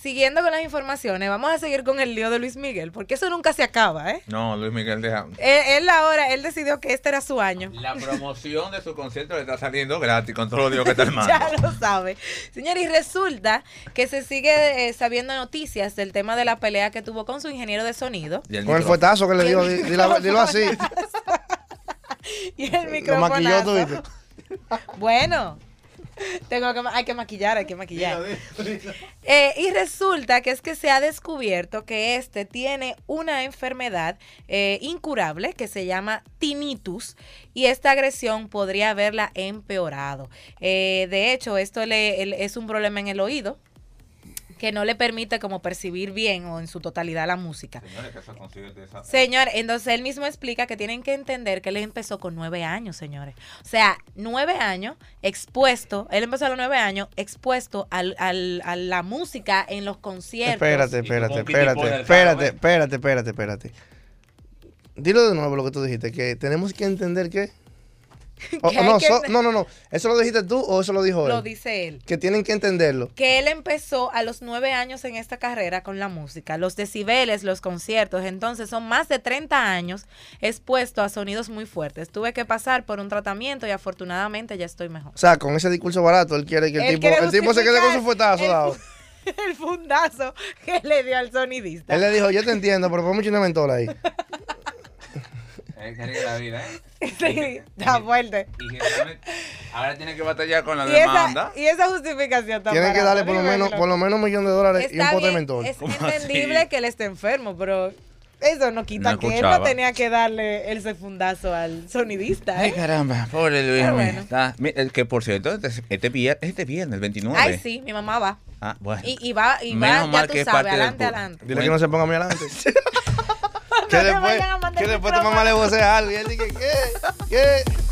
siguiendo con las informaciones, vamos a seguir con el lío de Luis Miguel, porque eso nunca se acaba, ¿eh? No, Luis Miguel deja. Él, él ahora, él decidió que este era su año. La promoción de su concierto le está saliendo gratis con todo lo digo que está hermano. ya lo sabe. Señor, y resulta que se sigue eh, sabiendo noticias del tema de la pelea que tuvo con su ingeniero de sonido. Y el Con el micrófono. fuetazo que le dio, di- di la- dilo así. Y el Lo micrófono. maquilló tú, ¿viste? Bueno, tengo que, ma- hay que maquillar, hay que maquillar. Eh, y resulta que es que se ha descubierto que este tiene una enfermedad eh, incurable que se llama tinnitus y esta agresión podría haberla empeorado. Eh, de hecho, esto le, el- es un problema en el oído que no le permite como percibir bien o en su totalidad la música. Señores, que esos conciertos de esa- Señor, entonces él mismo explica que tienen que entender que él empezó con nueve años, señores. O sea, nueve años expuesto, él empezó a los nueve años expuesto al, al- a la música en los conciertos. Espérate, Y tú espérate, con Kitty espérate, Potter, espérate, cabrón. espérate, espérate, espérate. Dilo de nuevo lo que tú dijiste, que tenemos que entender que... O- Que o hay no, que- so- no, no, no. ¿Eso lo dijiste tú o eso lo dijo él? Lo dice él. Que tienen que entenderlo. Que él empezó a los nueve años en esta carrera con la música, los decibeles, los conciertos. Entonces son más de 30 años expuesto a sonidos muy fuertes. Tuve que pasar por un tratamiento y afortunadamente ya estoy mejor. O sea, con ese discurso barato, él quiere que el Él tipo, quiere el tipo se quede con su justificar fuetazo el dado. fu- El fundazo que le dio al sonidista. Él le dijo, yo te entiendo, pero ponme un chino de mentol ahí. Es que arriesga la vida, ¿eh? Sí, está fuerte. Y generalmente, ahora tiene que batallar con la Y esa, demanda. y esa justificación está Tienen que parada, darle por lo menos, dímelo. por lo menos un millón de dólares y un Está pote de bien, mentol. Es ¿Cómo entendible así? que él esté enfermo, pero eso no quita No que él no escuchaba. tenía que darle ese fundazo al sonidista. Ay, ¿eh? caramba, pobre Luis. Pero mío. bueno. Está- mi- el que por cierto, este, este vier- este viernes, el 29. Ay, sí, mi mamá va. Ah, bueno. Y, y va, y va Menos mal ya tú que es sabes, parte del adelante, público. adelante. Dile que no se ponga a mí adelante. que le después, vayan a mandar que después tu micrófono. mamá le vocea algo. Y él dice, ¿qué? ¿Qué?